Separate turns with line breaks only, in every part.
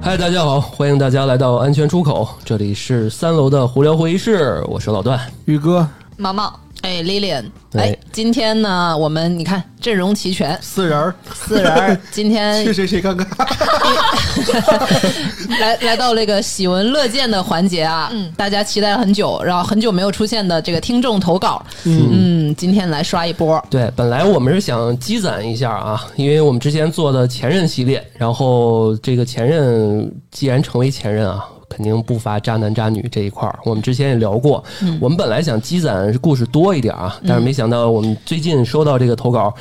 嗨，大家好，欢迎大家来到安全出口，这里是三楼的胡聊会议室，我是老段。
宇哥，
毛毛，哎，Lilian，
哎
哎，今天呢，我们你看阵容齐全，
四人儿，
四人 儿，今天
谁谁谁尴尬？
来来到这个喜闻乐见的环节啊，嗯，大家期待了很久，然后很久没有出现的这个听众投稿，嗯，今天来刷一波，
对，本来我们是想积攒一下啊，因为我们之前做的前任系列，然后这个前任既然成为前任啊，肯定不乏渣男渣女这一块儿。我们之前也聊过，
嗯
我们本来想积攒故事多一点啊，但是没想到我们最近收到这个投稿，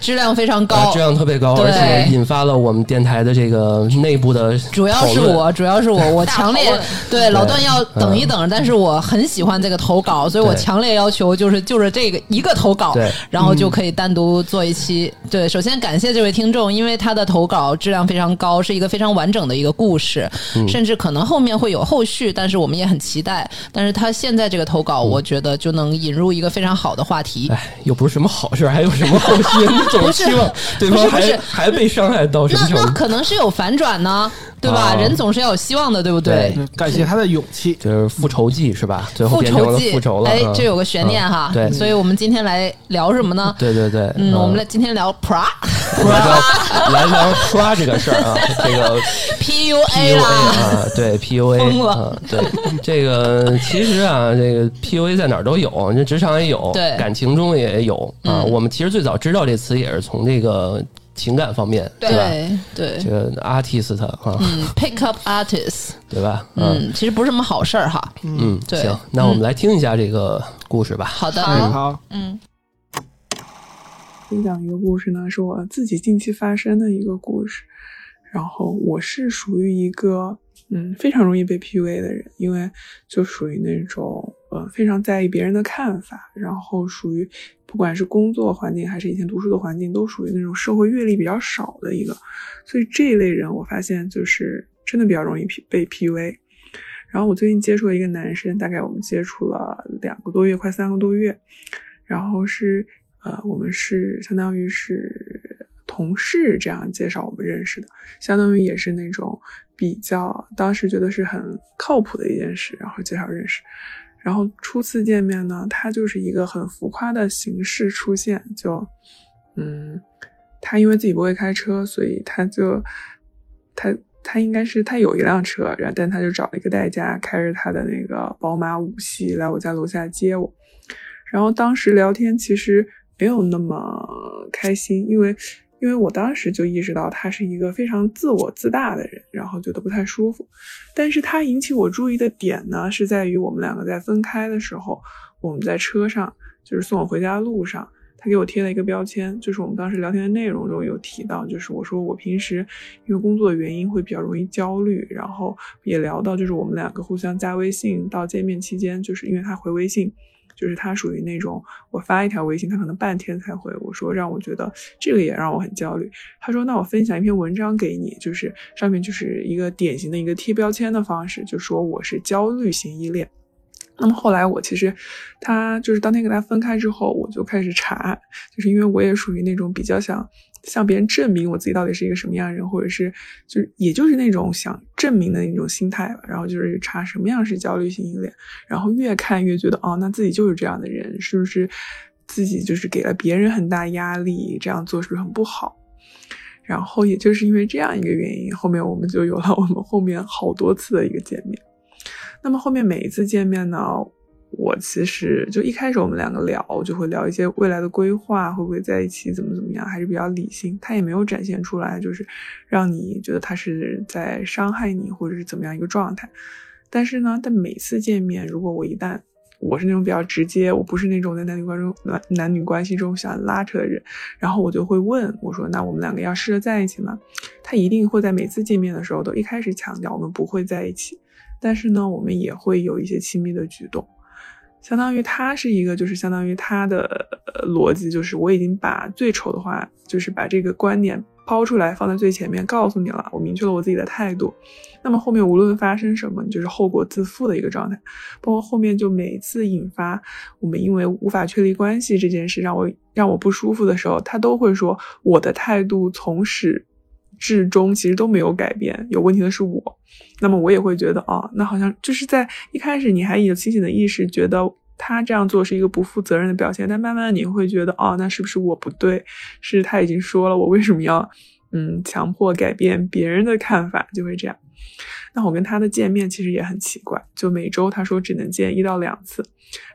质量非常
啊
高，
质量特别高，
对
而且引发了我们电台的这个内部的
主要是
讨论
我，主要 是我，我强烈
讨论
对老段要等一等，但是我很喜欢这个投稿，所以我
嗯对
强烈要求就是就是这个一个投稿
对，
然后就可以单独做一期。对，首先感谢这位听众，因为他的投稿质量非常高，是一个非常完整的一个故事，
嗯
甚至可能后面会有后续，但是我们也很期待。但是他现在这个投稿，我觉得就能引入一个非常好的话题。
嗯哎，又不是什么好事儿，还有什么后续？ 你总
不是
期望对
不
方还
是不是
还被伤害到什
那
么程
那
度？
可能是有反转呢，对吧？
哦
人总是要有希望的，对不
对
嗯 感谢他的勇气。
就是复仇记是吧？最后
复
变成
仇
了
记，
复仇了。
哎
嗯，
这有个悬念哈。
嗯对
所以我们今天来聊什么呢？
对对对，
嗯，我们来今天聊 pra
我们 要来聊刷这个事儿啊，这个
p u
PUA
a 啦。
啊，对 PUA
哎疯了
啊，对这个其实啊，这个 PUA 在哪儿都有，这职场也有，
对嗯
感情中也有啊。我们其实最早知道这词也是从这个情感方面，对吧？
对对
这，个 artist 啊，
嗯，pick up artist，
对吧？
嗯，其实不是什么好事儿哈。
嗯，
对
行，那我们来听一下这个故事吧。
好的，
嗯，好，
分享一个故事呢，是我自己近期发生的一个故事。然后我是属于一个嗯非常容易被 PUA 的人，因为就属于那种呃非常在意别人的看法，然后属于不管是工作环境还是以前读书的环境，都属于那种社会阅历比较少的一个，所以这一类人我发现就是真的比较容易 P 被 PUA。然后我最近接触了一个男生，大概我们接触了两个多月，快三个多月。然后是呃，我们是相当于是同事这样介绍我们认识的，相当于也是那种比较当时觉得是很靠谱的一件事，然后介绍认识。然后初次见面呢，他就是一个很浮夸的形式出现，就嗯，他因为自己不会开车，所以他就他。他应该是他有一辆车，然后但他就找了一个代驾，开着他的那个宝马五系来我家楼下接我。然后当时聊天其实没有那么开心，因为因为我当时就意识到他是一个非常自我自大的人，然后觉得不太舒服。但是他引起我注意的点呢，是在于我们两个在分开的时候，我们在车上，就是送我回家的路上。他给我贴了一个标签，就是我们当时聊天的内容中有提到，就是我说我平时因为工作的原因会比较容易焦虑，然后也聊到就是我们两个互相加微信到见面期间，就是因为他回微信，就是他属于那种我发一条微信，他可能半天才回我说，让我觉得这个也让我很焦虑。他说，那我分享一篇文章给你，就是上面就是一个典型的一个贴标签的方式，就说我是焦虑型依恋。那么后来我其实，他就是当天跟他分开之后，我就开始查，就是因为我也属于那种比较想向别人证明我自己到底是一个什么样的人，或者是就是也就是那种想证明的那种心态吧。然后就是查什么样是焦虑型依恋，然后越看越觉得哦，那自己就是这样的人，是不是自己就是给了别人很大压力，这样做是不是很不好？然后也就是因为这样一个原因，后面我们就有了我们后面好多次的一个见面。那么后面每一次见面呢，我其实就一开始我们两个聊，就会聊一些未来的规划，会不会在一起，怎么怎么样，还是比较理性。他也没有展现出来，就是让你觉得他是在伤害你，或者是怎么样一个状态。但是呢，但每次见面，如果我一旦我是那种比较直接，我不是那种在男女关中男男女关系中想拉扯的人，然后我就会问我说：“那我们两个要试着在一起吗？”他一定会在每次见面的时候都一开始强调我们不会在一起，但是呢，我们也会有一些亲密的举动。相当于他是一个，就是相当于他的呃逻辑就是我已经把最丑的话，就是把这个观点抛出来放在最前面，告诉你了，我明确了我自己的态度。那么后面无论发生什么，你就是后果自负的一个状态。包括后面就每一次引发我们因为无法确立关系这件事让我让我不舒服的时候，他都会说我的态度从始至终其实都没有改变，有问题的是我。那么我也会觉得啊、那好像就是在一开始你还有清醒的意识，觉得他这样做是一个不负责任的表现，但慢慢你会觉得啊、那是不是我不对？是他已经说了，我为什么要嗯强迫改变别人的看法？就会这样。那我跟他的见面其实也很奇怪，就每周他说只能见一到两次，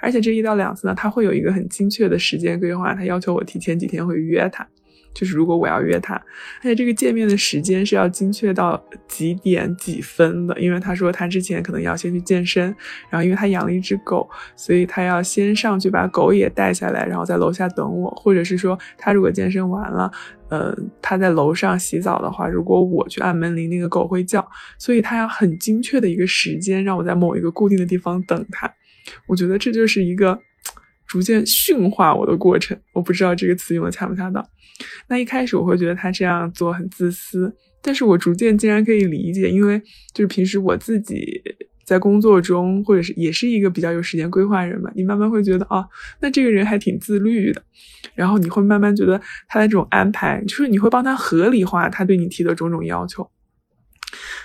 而且这一到两次呢，他会有一个很精确的时间规划，他要求我提前几天会约他。就是如果我要约他，而且这个见面的时间是要精确到几点几分的，因为他说他之前可能要先去健身，然后因为他养了一只狗，所以他要先上去把狗也带下来，然后在楼下等我，或者是说他如果健身完了，呃，他在楼上洗澡的话，如果我去按门铃，那个狗会叫，所以他要很精确的一个时间让我在某一个固定的地方等他。我觉得这就是一个逐渐驯化我的过程，我不知道这个词用的恰不恰当。那一开始我会觉得他这样做很自私，但是我逐渐竟然可以理解，因为就是平时我自己在工作中，或者是也是一个比较有时间规划的人嘛，你慢慢会觉得啊，那这个人还挺自律的，然后你会慢慢觉得他的这种安排，就是你会帮他合理化他对你提的种种要求。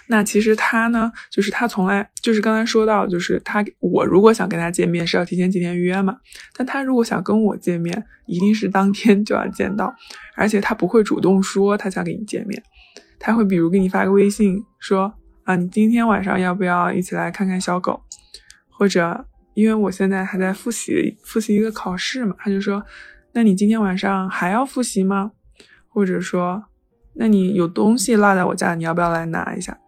那其实他呢，就是他从来就是刚才说到，就是他我如果想跟他见面是要提前几天约嘛，但他如果想跟我见面，一定是当天就要见到，而且他不会主动说他想跟你见面，他会比如给你发个微信说啊，你今天晚上要不要一起来看看小狗，或者因为我现在还在复习复习一个考试嘛，他就说那你今天晚上还要复习吗？或者说那你有东西落在我家，你要不要来拿一下？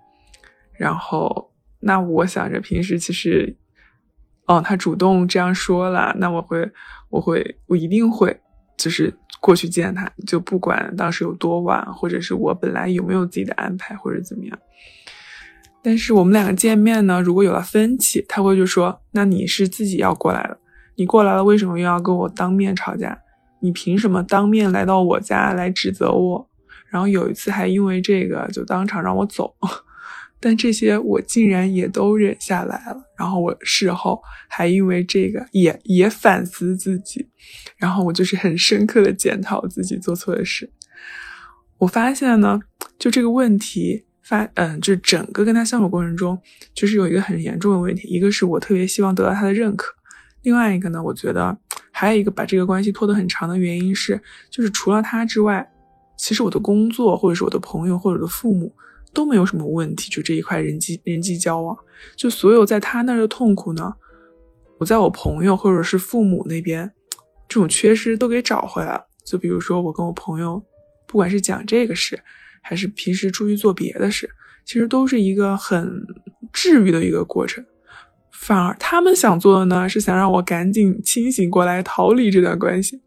然后，那我想着平时其实，哦，他主动这样说了，那我会，我会，我一定会，就是过去见他，就不管当时有多晚，或者是我本来有没有自己的安排，或者怎么样。但是我们两个见面呢，如果有了分歧，他会就说：“那你是自己要过来的，你过来了，为什么又要跟我当面吵架？你凭什么当面来到我家来指责我？”然后有一次还因为这个就当场让我走， 但这些我竟然也都忍下来了。然后我事后还因为这个也也反思自己，然后我就是很深刻的检讨自己做错的事。我发现呢，就这个问题发，嗯，就整个跟他相处过程中，就是有一个很严重的问题，一个是我特别希望得到他的认可，另外一个呢，我觉得还有一个把这个关系拖得很长的原因是，就是除了他之外，其实我的工作或者是我的朋友或者我的父母都没有什么问题，就这一块人际人际交往，就所有在他那儿的痛苦呢，我在我朋友或者是父母那边，这种缺失都给找回来了。就比如说我跟我朋友，不管是讲这个事，还是平时出去做别的事，其实都是一个很治愈的一个过程。反而他们想做的呢，是想让我赶紧清醒过来，逃离这段关系。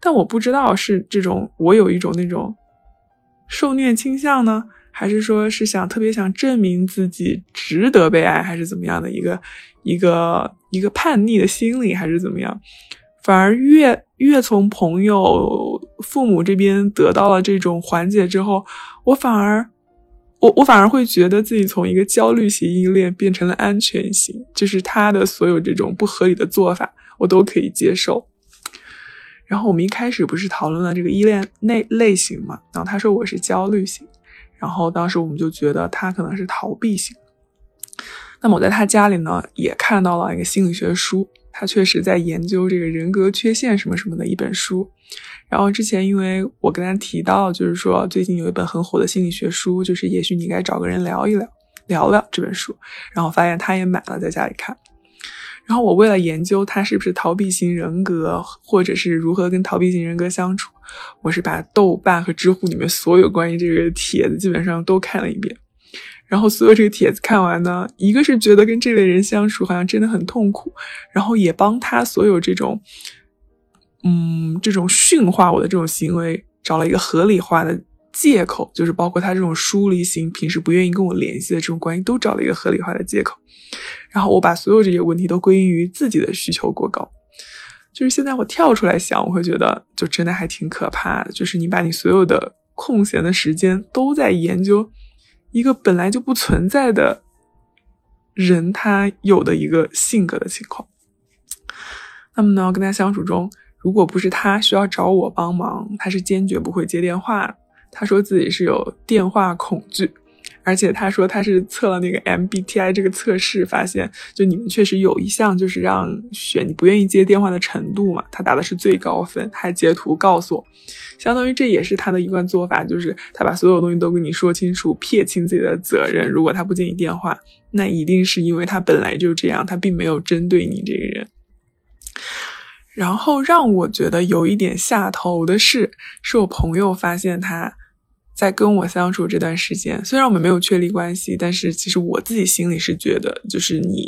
但我不知道是这种，我有一种那种受虐倾向呢，还是说是想特别想证明自己值得被爱，还是怎么样的一个一个一个叛逆的心理，还是怎么样？反而越越从朋友、父母这边得到了这种缓解之后，我反而我我反而会觉得自己从一个焦虑型依恋变成了安全型，就是他的所有这种不合理的做法，我都可以接受。然后我们一开始不是讨论了这个依恋类类型嘛，然后他说我是焦虑型，然后当时我们就觉得他可能是逃避型。那么我在他家里呢，也看到了一个心理学书，他确实在研究这个人格缺陷什么什么的一本书。然后之前因为我跟他提到，就是说最近有一本很火的心理学书，就是也许你该找个人聊一聊，聊聊这本书。然后发现他也买了，在家里看。然后我为了研究他是不是逃避型人格，或者是如何跟逃避型人格相处，我是把豆瓣和知乎里面所有关于这个帖子基本上都看了一遍。然后所有这个帖子看完呢，一个是觉得跟这类人相处好像真的很痛苦，然后也帮他所有这种，嗯，这种驯化我的这种行为找了一个合理化的借口，就是包括他这种疏离型，平时不愿意跟我联系的这种关系，都找了一个合理化的借口。然后我把所有这些问题都归因于自己的需求过高。就是现在我跳出来想，我会觉得就真的还挺可怕的。就是你把你所有的空闲的时间都在研究一个本来就不存在的人他有的一个性格的情况。那么呢，跟他相处中，如果不是他需要找我帮忙，他是坚决不会接电话的。他说自己是有电话恐惧，而且他说他是测了那个 MBTI 这个测试，发现就你们确实有一项就是让选你不愿意接电话的程度嘛，他打的是最高分，他还截图告诉我，相当于这也是他的一贯做法，就是他把所有东西都跟你说清楚，撇清自己的责任。如果他不接你电话，那一定是因为他本来就这样，他并没有针对你这个人。然后让我觉得有一点下头的是，是我朋友发现他在跟我相处这段时间，虽然我们没有确立关系，但是其实我自己心里是觉得，就是你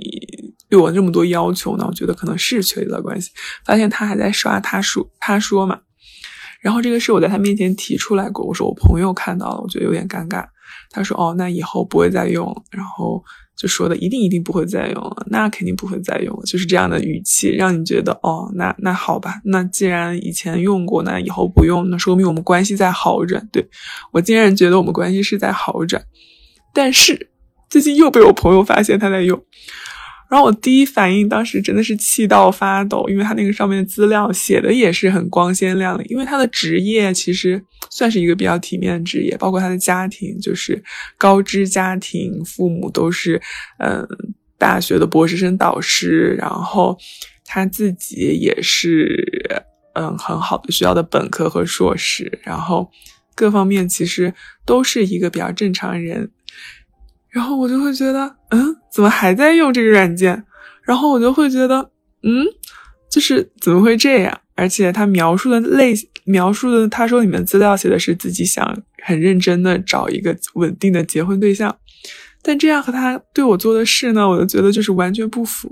对我这么多要求呢，我觉得可能是确立了关系。发现他还在刷他说他说嘛，然后这个事我在他面前提出来过，我说我朋友看到了，我觉得有点尴尬。他说哦，那以后不会再用了，然后就说的一定一定不会再用了，那肯定不会再用了，就是这样的语气，让你觉得哦，那那好吧，那既然以前用过，那以后不用，那说明我们关系在好转。对我竟然觉得我们关系是在好转，但是最近又被我朋友发现他在用。然后我第一反应当时真的是气到发抖，因为他那个上面的资料写的也是很光鲜亮丽，因为他的职业其实算是一个比较体面的职业，包括他的家庭就是高知家庭，父母都是嗯大学的博士生导师，然后他自己也是嗯很好的学校的本科和硕士，然后各方面其实都是一个比较正常人。然后我就会觉得，嗯，怎么还在用这个软件？然后我就会觉得，嗯，就是怎么会这样？而且他描述的类描述的，他说里面资料写的是自己想很认真的找一个稳定的结婚对象，但这样和他对我做的事呢，我就觉得就是完全不符。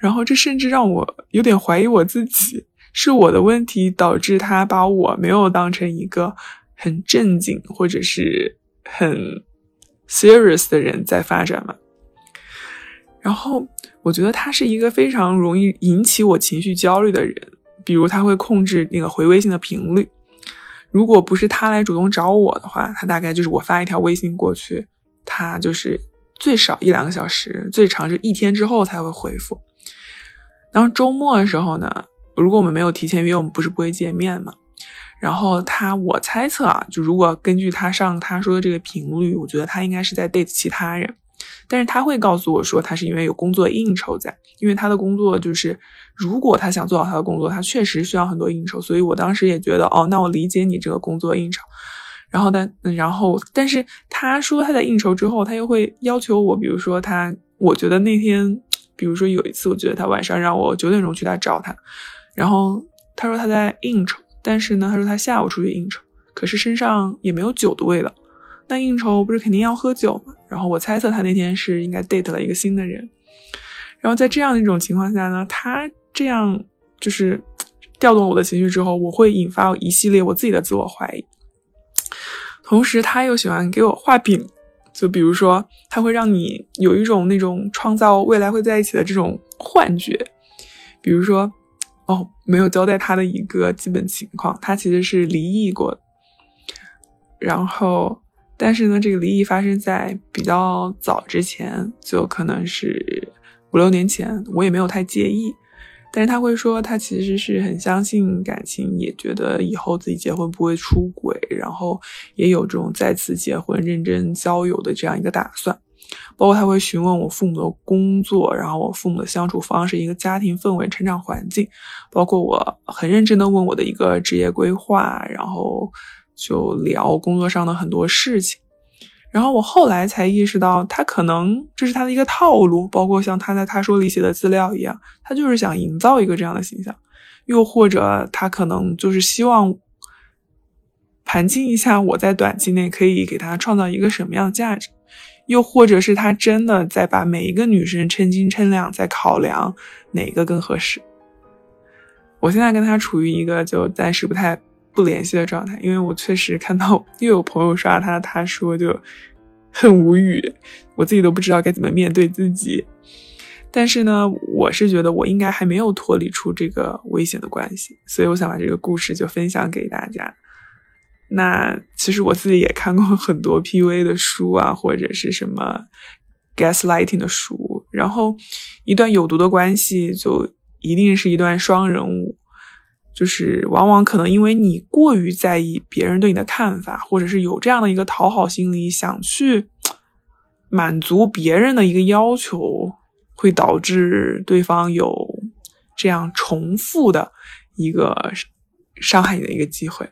然后这甚至让我有点怀疑我自己，是我的问题导致他把我没有当成一个很正经或者是很。serious 的人在发展嘛。然后我觉得他是一个非常容易引起我情绪焦虑的人，比如他会控制那个回微信的频率。如果不是他来主动找我的话，他大概就是我发一条微信过去，他就是最少一两个小时，最长是一天之后才会回复。然后周末的时候呢，如果我们没有提前约，我们不是不会见面嘛。然后他，我猜测啊，就如果根据他上他说的这个频率，我觉得他应该是在 date 其他人，但是他会告诉我说，他是因为有工作应酬在，因为他的工作就是，如果他想做好他的工作，他确实需要很多应酬，所以我当时也觉得，哦，那我理解你这个工作应酬。然后但然后，但是他说他在应酬之后，他又会要求我，比如说他，我觉得那天，比如说有一次，我觉得他晚上让我九点钟去他找他，然后他说他在应酬。但是呢，他说他下午出去应酬，可是身上也没有酒的味道。那应酬不是肯定要喝酒嘛？然后我猜测他那天是应该 date 了一个新的人。然后在这样的一种情况下呢，他这样就是调动我的情绪之后，我会引发一系列我自己的自我怀疑。同时，他又喜欢给我画饼，就比如说他会让你有一种那种创造未来会在一起的这种幻觉，比如说。哦，没有交代他的一个基本情况，他其实是离异过的，然后，但是呢，这个离异发生在比较早之前，就可能是五六年前，我也没有太介意。但是他会说，他其实是很相信感情，也觉得以后自己结婚不会出轨，然后也有这种再次结婚、认真交友的这样一个打算。包括他会询问我父母的工作，然后我父母的相处方式、一个家庭氛围、成长环境，包括我很认真的问我的一个职业规划，然后就聊工作上的很多事情。然后我后来才意识到，他可能这是他的一个套路，包括像他在他说里写的资料一样，他就是想营造一个这样的形象，又或者他可能就是希望盘清一下我在短期内可以给他创造一个什么样的价值。又或者是他真的在把每一个女生称斤称两，在考量哪个更合适。我现在跟他处于一个就暂时不太不联系的状态，因为我确实看到又有朋友刷他，他说就很无语，我自己都不知道该怎么面对自己。但是呢，我是觉得我应该还没有脱离出这个危险的关系，所以我想把这个故事就分享给大家。那其实我自己也看过很多 PUA 的书啊，或者是什么 gaslighting 的书。然后，一段有毒的关系就一定是一段双人舞，就是往往可能因为你过于在意别人对你的看法，或者是有这样的一个讨好心理，想去满足别人的一个要求，会导致对方有这样重复的一个伤害你的一个机会。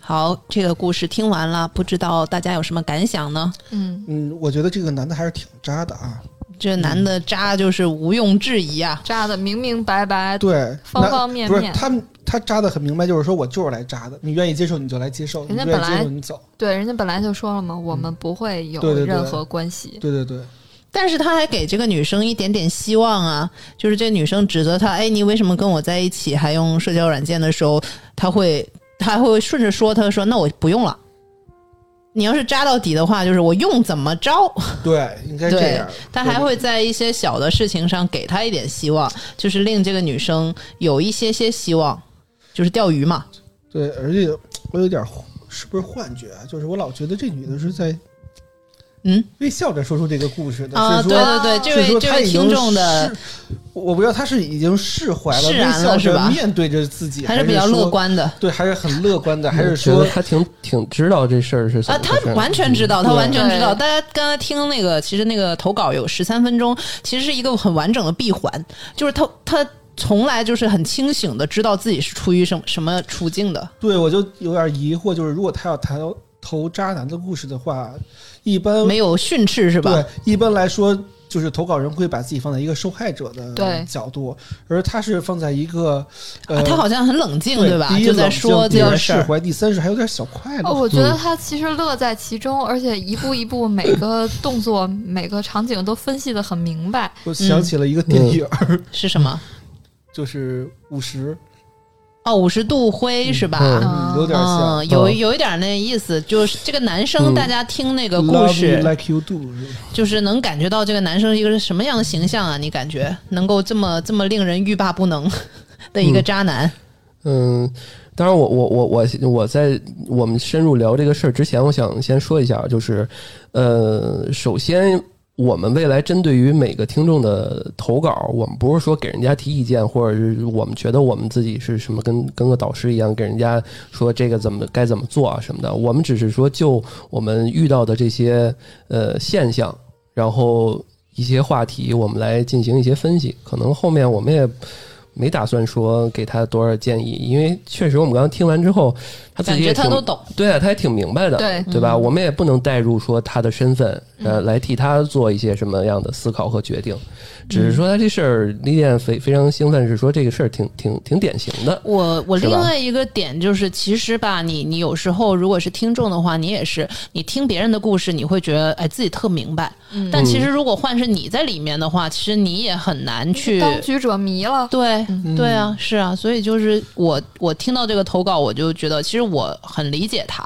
好，这个故事听完了，不知道大家有什么感想呢？
嗯，
嗯，我觉得这个男的还是挺渣的啊。
这男的渣就是毋庸置疑啊，
扎的明明白白，
对，
方
那
方面
不是
面
他他渣的很明白，就是说我就是来渣的，你愿意接受你就来接受，你
人家
不愿意
本来
接受你走。
对，人家本来就说了嘛，我们不会有
嗯对对对
任何关系。
对对对，
但是他还给这个女生一点点希望啊，就是这女生指责他，哎，你为什么跟我在一起还用社交软件的时候，他会他会顺着说，他说那我不用了。你要是扎到底的话，就是我用怎么 着，
对，应该这
对
样。
他还
对
会在一些小的事情上给他一点希望，就是令这个女生有一些些希望，就是钓鱼嘛。
对，而且我有点是不是幻觉啊？就是我老觉得这女的是在
嗯
微笑着说出这个故事的，
啊，
是
对
说
对对，这
是
位
说
这
她
位
已经
听众的
释，我不知道她是已经释怀了，
释然
微
了
笑
是吧
着面对着自己，
还
还
是比较
说
乐。观的。
对，还是很乐 观的，还
我
是
觉得
说
他挺挺知道这事儿是怎
啊，
么
他
回事儿
完全知道，他完全知道。
对
大家刚才听那个，其实那个投稿有十三分钟，其实是一个很完整的闭环，就是他他从来就是很清醒的知道自己是处于什么什么处境的。
对，我就有点疑惑，就是如果他要谈投渣男的故事的话，一般
没有训斥是吧
呃
啊
对？，一般来说就是投稿人会把自己放在一个受害者
对
的角度，而他是放在一个
啊
呃，
他好像很冷静，对吧？
第一
就在
冷静
说这
第二
件事
释
儿。
怀，第三是还有点小快乐。
哦，我觉得他其实乐在其中，而且一步一步 每个动作、每个场景都分析的很明白。
我想起了一个电
嗯
影，
是什么？
就是五十，
哦，五十度灰是吧？
嗯
啊
嗯，有点像。
嗯，有有一点那意思，就是这个男生，
嗯
大家听那个
Love
故事，
me like you do，是吧
就是能感觉到这个男生一个是什么样的形象啊？你感觉能够这么这么令人欲罢不能的一个渣男？
嗯，当然我，我我我我在我们深入聊这个事儿之前，我想先说一下，就是呃，首先。我们未来针对于每个听众的投稿，我们不是说给人家提意见，或者是我们觉得我们自己是什么跟跟个导师一样，给人家说这个怎么该怎么做啊什么的。我们只是说就我们遇到的这些呃现象，然后一些话题，我们来进行一些分析。可能后面我们也没打算说给他多少建议，因为确实我们刚刚听完之后，他自
感
己
觉
也
他
挺
都懂。
对啊，他也挺明白的，
对嗯
吧？我们也不能代入说他的身份，呃，来替他做一些什么样的思考和决定。只是说他这事儿，李典非非常兴奋，是说这个事儿挺挺挺典型的。
我我
是吧
另外一个点就是，其实吧，你你有时候如果是听众的话，你也是你听别人的故事，你会觉得哎自己特明白，
嗯
但其实如果换是你在里面的话，其实你也很难去
当局者迷了，
对，对
嗯
啊，是啊，所以就是我我听到这个投稿，我就觉得其实我很理解他，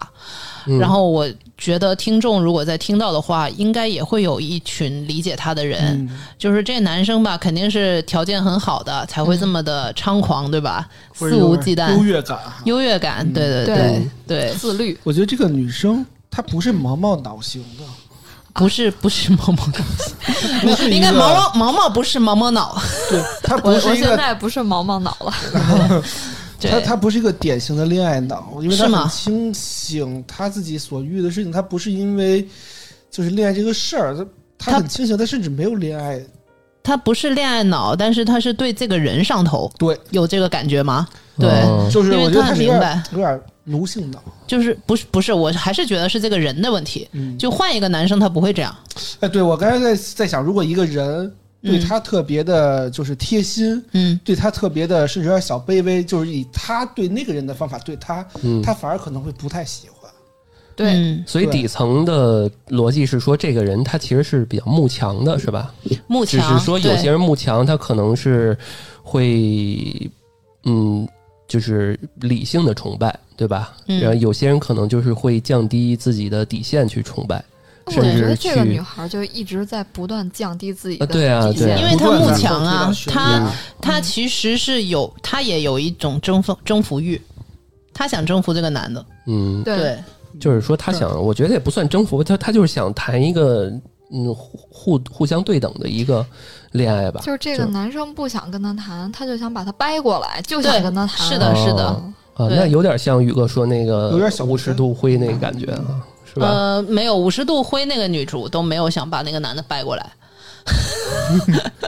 嗯
然后我觉得听众如果在听到的话，应该也会有一群理解他的人，
嗯
就是这男生吧，肯定是条件很好的才会这么的猖狂，对吧？
或嗯
肆
者有
无
点优
忌惮，
越嗯感哈。
优越感，对对
对
对对，
自律。
我觉得这个女生她不是毛毛脑型的，
不是不是毛 毛脑，
不是一个
应该毛毛毛毛不是毛毛脑，
对，她
我
不
我
是一
现
个嗯
在不是毛毛脑了，
对
他他不是一个典型的恋爱脑，因为
是
他
吗
很清醒，他自己所遇的事情，他不是因为就是恋爱这个事儿，他
他
他很清醒，他甚至没有恋爱。
他不是恋爱脑，但是他是对这个人上头，
对，
有这个感觉吗？对。
嗯
就是
因为
我觉得
他
他
很
是有
明
点
白
有点奴性脑。
就是不是不是，我还是觉得是这个人的问题。
嗯，
就换一个男生，他不会这样。
哎，对我刚才在在想，如果一个人对
嗯
他特别的，就是贴心。
嗯，
对他特别的，甚至有点小卑微，就是以他对那个人的方法对他，
嗯
他反而可能会不太喜欢。
对，
嗯
所以底层的逻辑是说，这个人他其实是比较慕强的，是吧？
慕
只
强
是说有
对
些人慕强，他可能是会，嗯，就是理性的崇拜，对吧？
嗯
然后有些人可能就是会降低自己的底线去崇拜，
我
甚
觉得
至去
这个女孩就一直在不断降低自己的
啊对啊
底线
对啊
因为他慕强
不断地推
啊
到悬崖
他他其实是有，他也有一种征服征服欲，他想征服这个男的。
嗯，
对，
对，
就是说他想，我觉得也不算征服，他他就是想谈一个嗯互互相对等的一个恋爱吧。
就是这个
就
男生不想跟他谈，他就想把他掰过来，就想
对
跟他谈。
是的是的
嗯
啊，
对
那有点像宇哥说那个
有点小
无耻度灰那个感觉啊，是吧？
呃，没有五十度灰那个女主都没有想把那个男的掰过来，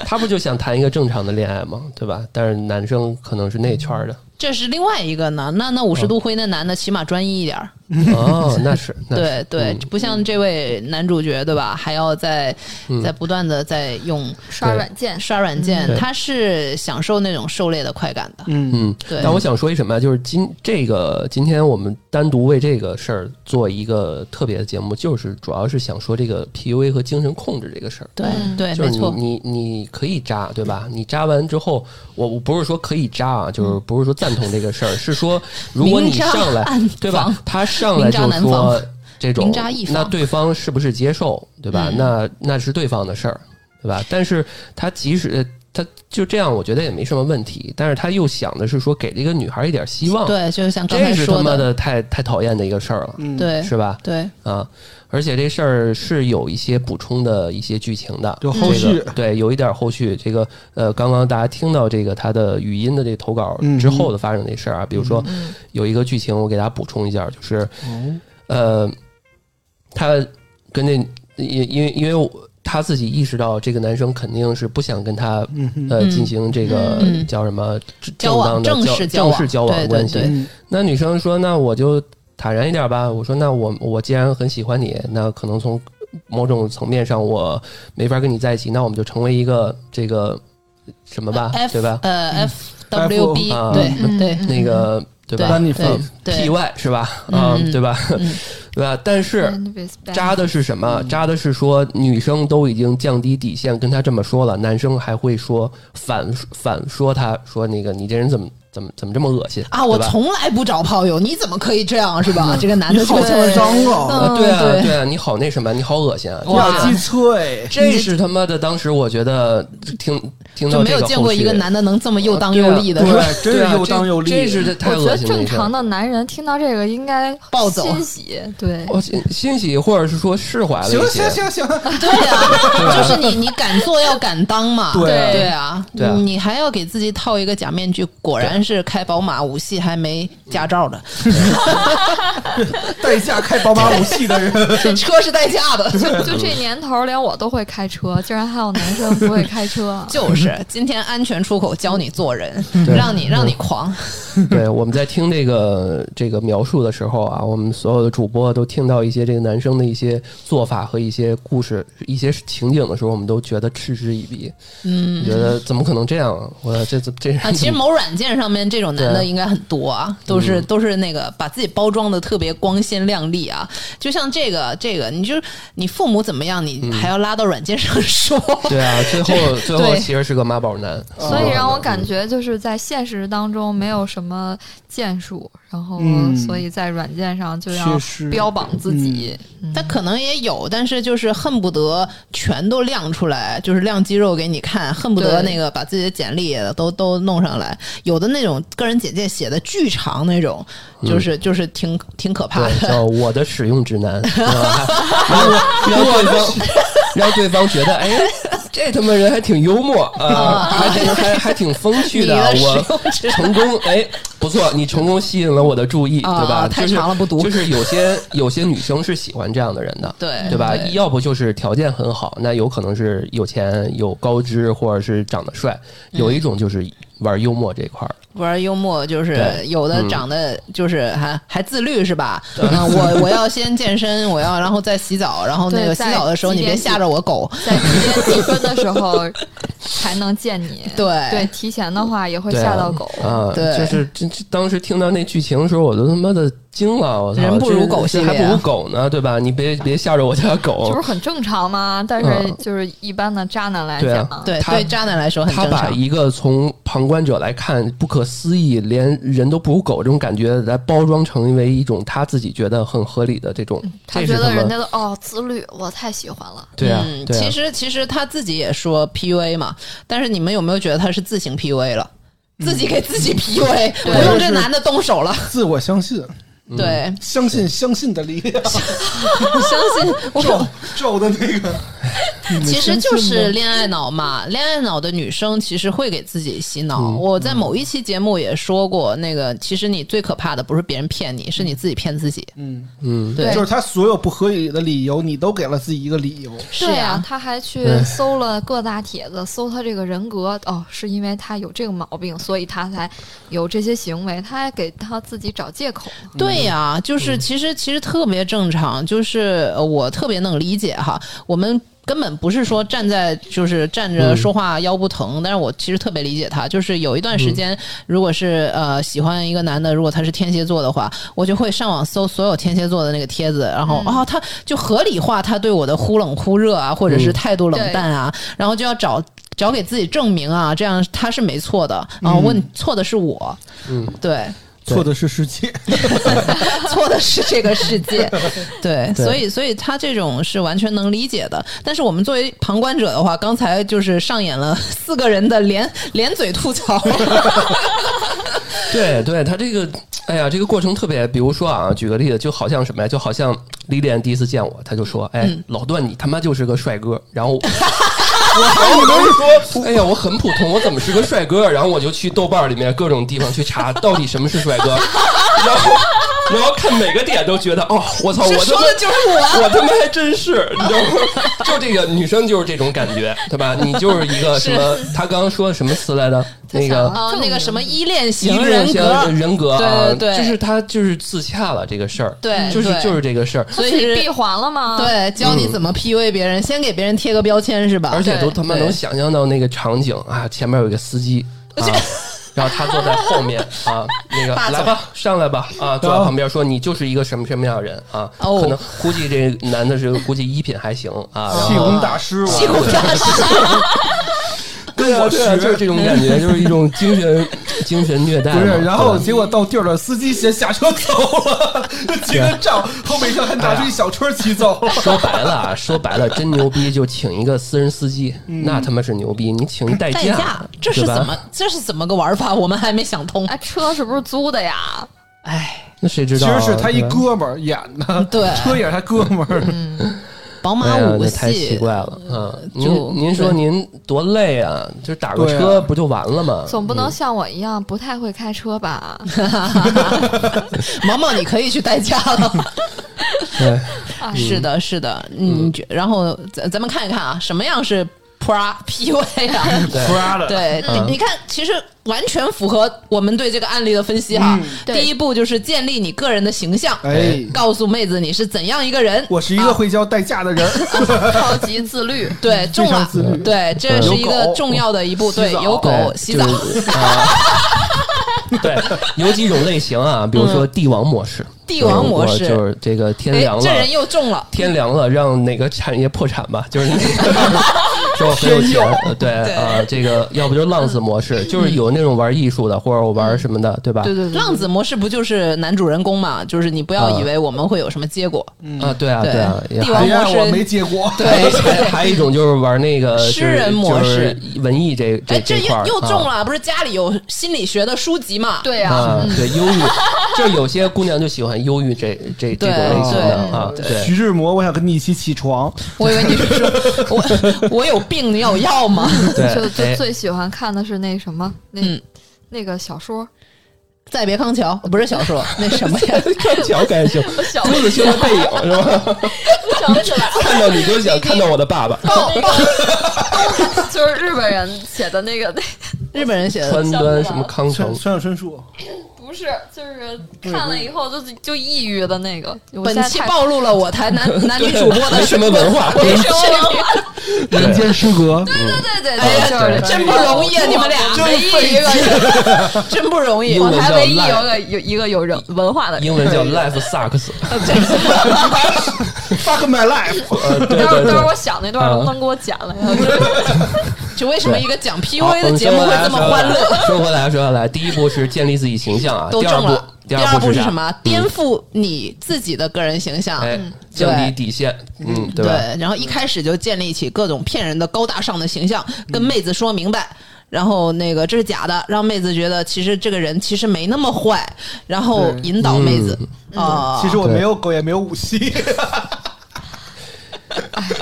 他不就想谈一个正常的恋爱吗？对吧？但是男生可能是那圈 儿的
这是另外一个呢。那那五
嗯
十度灰那男的起码专一一点儿，
哦，那是那是嗯
对对，不像这位男主角对吧？还要在在不断的在用
刷软件，
刷软
嗯
件，
对
他是享受那种狩猎的快感的。
嗯，
嗯。
对，
但我想说一什么啊？就是今这个今天我们单独为这个事儿做一个特别的节目，就是主要是想说这个 PUA 和精神控制这个事儿。
对
嗯
对，
就
哎
是
没
你
错，
你你可以扎，对吧？你扎完之后，我我不是说可以扎啊，就是不是说赞同这个事儿，是说如果你
嗯明扎
上来
暗，
对吧
访？
他上来
明扎
就
南
说
访
这种
明扎异，访
那对方是不是接受，对吧？
嗯
那那是对方的事儿，对吧？但是他即使呃他就这样，我觉得也没什么问题。但是他又想的是说，给这个女孩一点希望，
对，就像刚才
这是他
说
妈，的太太讨厌的一个事儿了，
嗯
对
是吧？
对，
啊，而且这事儿是有一些补充的一些剧情的，
有
这
后续
个，对，有一点后续。这个呃，刚刚大家听到这个他的语音的这个投稿
嗯
之后的发生的事儿啊，比如说
嗯
有一个剧情，我给大家补充一下，就是
哦
呃，他跟那因因为因为我他自己意识到这个男生肯定是不想跟他
嗯哼
呃
嗯
进行这个
嗯
叫什么
交往
正当的
正式交
正
往
式交
对
往
对
关系
对，
嗯
那女生说：“那我就坦然一点吧。”我说：“那我我既然很喜欢你，那可能从某种层面上我没法跟你在一起，那我们就成为一个这个什么吧，
F
对吧？
呃，F W B，
嗯啊
对
嗯
对
嗯
那个对吧
对
你
对对
p y 是吧？啊、
嗯
对吧？
嗯
对吧？但是。
friend with benefit
渣的是什么？渣的是说女生都已经降低底线跟他这么说了，男生还会说反反说他说那个你这人怎么怎么怎么这么恶心
啊，我
对吧嗯
从来不找炮友，你怎么可以这样是吧？这个男的
你好
就
嚣张啊！
啊，对啊，
嗯对
对啊，你好那什么，你好恶心啊！
你
哇
好鸡脆，
这是他妈的，当时我觉得听听
就
到
没
这
有
个
见过一个男的能这么又当又立的，
对
是吧？
啊，
真是
对啊
又当又立
这这是太
我觉
恶
得
心了。
正常的男人听到这个应该
暴走
欣喜，对，
我哦欣欣喜或者是说释怀了
行
一
行
些，
行行，
对啊，就是你你敢做要敢当嘛，
对
对
对
啊，
对啊啊
你你还要给自己套一个假面具，果然是开宝马五系还没驾照的，
代驾开宝马五系的人，
这 车是代 驾的，。
就就这年头，连我都会开车，竟然还有男生不会开车
就是今天安全出口教你做人，
对嗯
让你让你狂，
对，我们在听这个这个描述的时候啊，我们所有的主播都听到一些这个男生的一些做法和一些故事、一些情景的时候，我们都觉得嗤之以鼻，嗯，觉得怎么可能这样啊？我这这这人
啊，其实
怎么
某软件上面这种男的
对嗯
应该很多啊，都是、都是那个把自己包装的特别光鲜亮丽啊，就像这个这个，你就是你父母怎么样，你还要拉到软件上说，
对啊，最后最后
对
其实是个妈宝男，
所以让我
觉。
感觉就是在现实当中没有什么建树，然后
嗯
所以在软件上就要
确实
标榜自己。
嗯
他可能也有，但是就是恨不得全都亮出来，就是亮肌肉给你看，恨不得
对
那个把自己的简历也都都弄上来。有的那种个人简介写的巨长那种，就是、就是挺挺可怕
嗯对，
的。
叫我的使用指 南，是吧然后让对方让对方觉得，哎，这他妈人还挺幽默啊， 还挺还还挺风趣的啊，
你的
我成功，哎，不错，你成功吸引了我的注意，
啊
对吧？
太
就是
长了不读
就是有些有些女生是喜欢这样的人的。
对
对吧？要不就是条件很好，那有可能是有钱、有高知，或者是长得帅。
嗯
有一种就是玩幽默这一块儿，
玩幽默就是
对
有的
嗯
长得就是还还自律是吧？嗯，我我要先健身，我要然后再洗澡，然后那
对
个洗
在
澡的时候
几
你别
点几
吓着我狗。
嗯
在提前积分的时候才能 见你。
对
对，提前的话也会
对啊
吓到狗。
啊，
对
就是这这当时听到那剧情的时候，我都他妈的惊了，我操，
人不如
这
狗
这
系列
还
啊
不如狗呢，对吧？你别别吓着我家狗
这不，是很正常吗？但是
嗯
就是一般的渣男来
对啊
讲，
对，
他
对渣男来说很
他
正
把
常。
一个从旁观者来看不可思议，连人都不如狗这种感觉，来包装成为一种他自己觉得很合理的这
嗯
种，
他
这是
觉得
他
人
们
家都哦自律，我太喜欢了。
对啊，
嗯，
对啊
其实其实他自己也说 PUA 嘛，但是你们有没有觉得他是自行 PUA 了？
嗯
自己给自己 PUA，、不用这男的动手了。
自我相信，
嗯
对，
相信相信的力量，
相信我
咒的那个你们
其实
相
就
信
是
吗
恋爱脑嘛，恋爱脑的女生其实会给自己洗脑。我在某一期节目也说过，那个其实你最可怕的不是别人骗你，是你自己骗自己。
嗯，
嗯，
对，
就是他所有不合理的理由，你都给了自己一个理由。
是
对啊
呀，，
他还去
对
搜了各大帖子，搜他这个人格，哦，是因为他有这个毛病，所以他才有这些行为，他还给他自己找借口。
对呀、就是其实其实特别正常，就是呃我特别能理解哈，我们。根本不是说站在就是站着说话腰不疼，但是我其实特别理解他，就是有一段时间，如果是呃喜欢一个男的，如果他是天蝎座的话，我就会上网搜所有天蝎座的那个帖子，然后啊、他就合理化他对我的忽冷忽热啊，或者是态度冷淡啊，然后就要找找给自己证明啊，这样他是没错的啊，问错的是我，嗯，对，
对
错的是世界，
错的是这个世界，对，
对
所以所以他这种是完全能理解的。但是我们作为旁观者的话，刚才就是上演了四个人的连连嘴吐槽，啊
对对，他这个，哎呀，这个过程特别，比如说啊，举个例子，就好像什么呀，就好像李莲第一次见我，他就说，哎，
嗯
老段你他妈就是个帅哥，然后 我。我当时说，哎呀，我很普通，我怎么是个帅哥？然后我就去豆瓣里面各种地方去查，到底什么是帅哥，然后，然后看每个点都觉得，哦，我操，
这
我他
说
妈
的就是我。
我他妈还真是，你知道吗？ 就这个女生就是这种感觉，对吧？你就是一个什么？她刚刚说什么词来着？那个
啊、那个什么依恋
依
型
恋
人
型
格，
人格啊，
对对对
就是她就是自洽了这个事儿，
对
就是
对
就是这个事儿，
所以
自己
是
闭环啊了吗？，
对教你怎么 PUA 别人，先给别人贴个标签是吧？
而且都
对
他妈能想象到那个场景啊，前面有一个司机啊。然后他坐在后面啊，那个
霸总
来吧，上来吧啊，坐在旁边说你就是一个什么什么样的人啊？
哦
可能估计这男的是估计一品还行啊，然后
气功大师嘛，
气功大师，
对啊，对啊，就是这种感觉，就是一种精神精神虐待嘛。
不是，然后
对
结果到地儿了，司机先下车走了，那几个照，后备车还拿出一小车骑走 了。
说白了啊，说白了，真牛逼就请一个私人司机，
嗯
那他妈是牛逼！你请一代
代驾，这是
对吧
怎么这是怎么个玩法？我们还没想通。
啊，车是不是租的呀？
哎，
那谁知
其
道啊？
实是他一
对吧
哥们儿演的，
对
车也是他哥们儿。
宝马
哎呀，
五
那
系呃
太奇怪了啊！
就
您您说您多累啊，就打个
对啊
车不就完了吗？
总不能像我一样不太会开车吧？
毛毛，你可以去代驾 了。
对，
啊是的，是的，嗯，觉然后咱咱们看一看啊，什么样是 pra PUA 啊？
对
Prada
对，
嗯
你你看，其实完全符合我们对这个案例的分析哈。
对
第一步就是建立你个人的形象，
嗯哎，
告诉妹子你是怎样一个人。
我是一个会教代驾的人，
超级自律，
对，哎中
非
了
常自律，嗯
对，这是一
有
个
狗
重要的一步。对，
洗澡哎
有狗
对
哦洗澡，
哎就是啊 对，有几种类型啊，比如说帝王模式，
嗯帝王模式
就是这个天
哎
凉，了，
这人又中了。
天凉了，让哪个产业破产吧，就是 那个说我很有钱，呃对
对嗯
啊，这个要不就浪子模式，就是有那种玩艺术的，或者我玩什么的，对吧？
对浪子模式不就是男主人公嘛？就是你不
啊
要以为我们会有什么结果，
啊，对啊，
对
对啊，也
帝
还
王
别让
模式
哎我没结果。
对
还还有一种就是玩那个
诗人模，式
就是就是文艺这
哎，
这
这
块儿
又又中
啊
了，不是家里有心理学的书籍嘛？
对呀、
啊，
嗯
对忧郁， 就是有些姑娘就喜欢忧郁这这这
对
种类型的
对
啊，对。
徐志摩，我想跟你一起起床。
我以为你是说 我我有病，你有药吗？
对，
就就
哎
最喜欢看的是那什么那、
嗯
那个小说，
再别康桥不是小说，那什么呀？
看桥感性，
小
朱 自清的背影是 吧？
想不起来，
看到你就想看到我的爸爸，
报报，就是日本人写的那个，那
日本人写的，
川端什么康成
村，村上春树，
不是，就是看了以后就就抑郁的那个。我
本
现在
期
太
暴露了我台男男女主播的
没什么文化，
没什么文化，
对
人间失格。
对对对
哎呀
对，就是
真不容易啊！你们俩
唯一一个，
真不容易
英。
我
文叫
还唯一有
life
个有一个有人文化的人。
英文叫 life sucks，
Fuck my life，
呃， 对
待
对
会儿待会儿
对
我想那
嗯
段能不能给我剪 了呀？
就为什么一个讲
好
PUA
我
的
们
节目会这么欢乐？
说回来，说回来，说回来，第一步是建立自己形象啊，
都
第二
中
步
了。，
第
二
步
步是
啥嗯
什么？颠覆你自己的个人形象。
哎，降低底线，嗯，对吧？
对，然后一开始就建立起各种骗人的高大上的形象，跟妹子说明白。然后那个这是假的，让妹子觉得其实这个人其实没那么坏，然后
对
引导妹子啊。
其实我没有狗，也没有武器。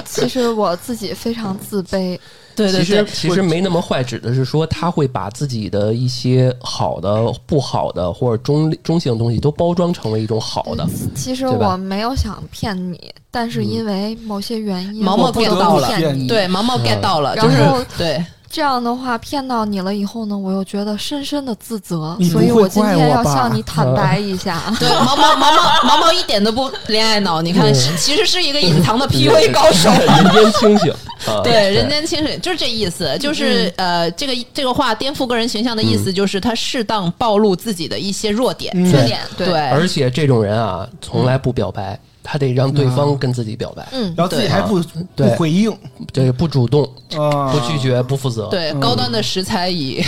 其实我自己非常自 卑，
对对
其实，
对
其实没那么坏，指的是说他会把自己的一些好的、不好的或者中中性的东西都包装成为一种好的。
嗯其实
对吧
我没有想骗你，但是因为某些原因，
嗯毛毛
我不
get
得
到
不
了
骗你。
对毛毛 get 到了，就
嗯然
是
后
对，
这样的话骗到你了以后呢，我又觉得深深的自责
你，不
所
会
以我今
怪
天
我
要
吧
向你坦白一下。
对，毛毛毛毛毛毛一点都不恋爱脑，你看，是其实是一个隐藏的 PUA 高手。
人间清醒，啊、
对，人间清醒就是这意思，就是、呃，这个这个话颠覆个人形象的意思，就是他适当暴露自己的一些弱点。
嗯
缺点对，
而且这种人啊，从来不表白，他得让对方跟自己表白，
嗯，
然后自己还不
对
不回应
对，不主动，
啊，
不拒绝，不负责。
对，高端的食材以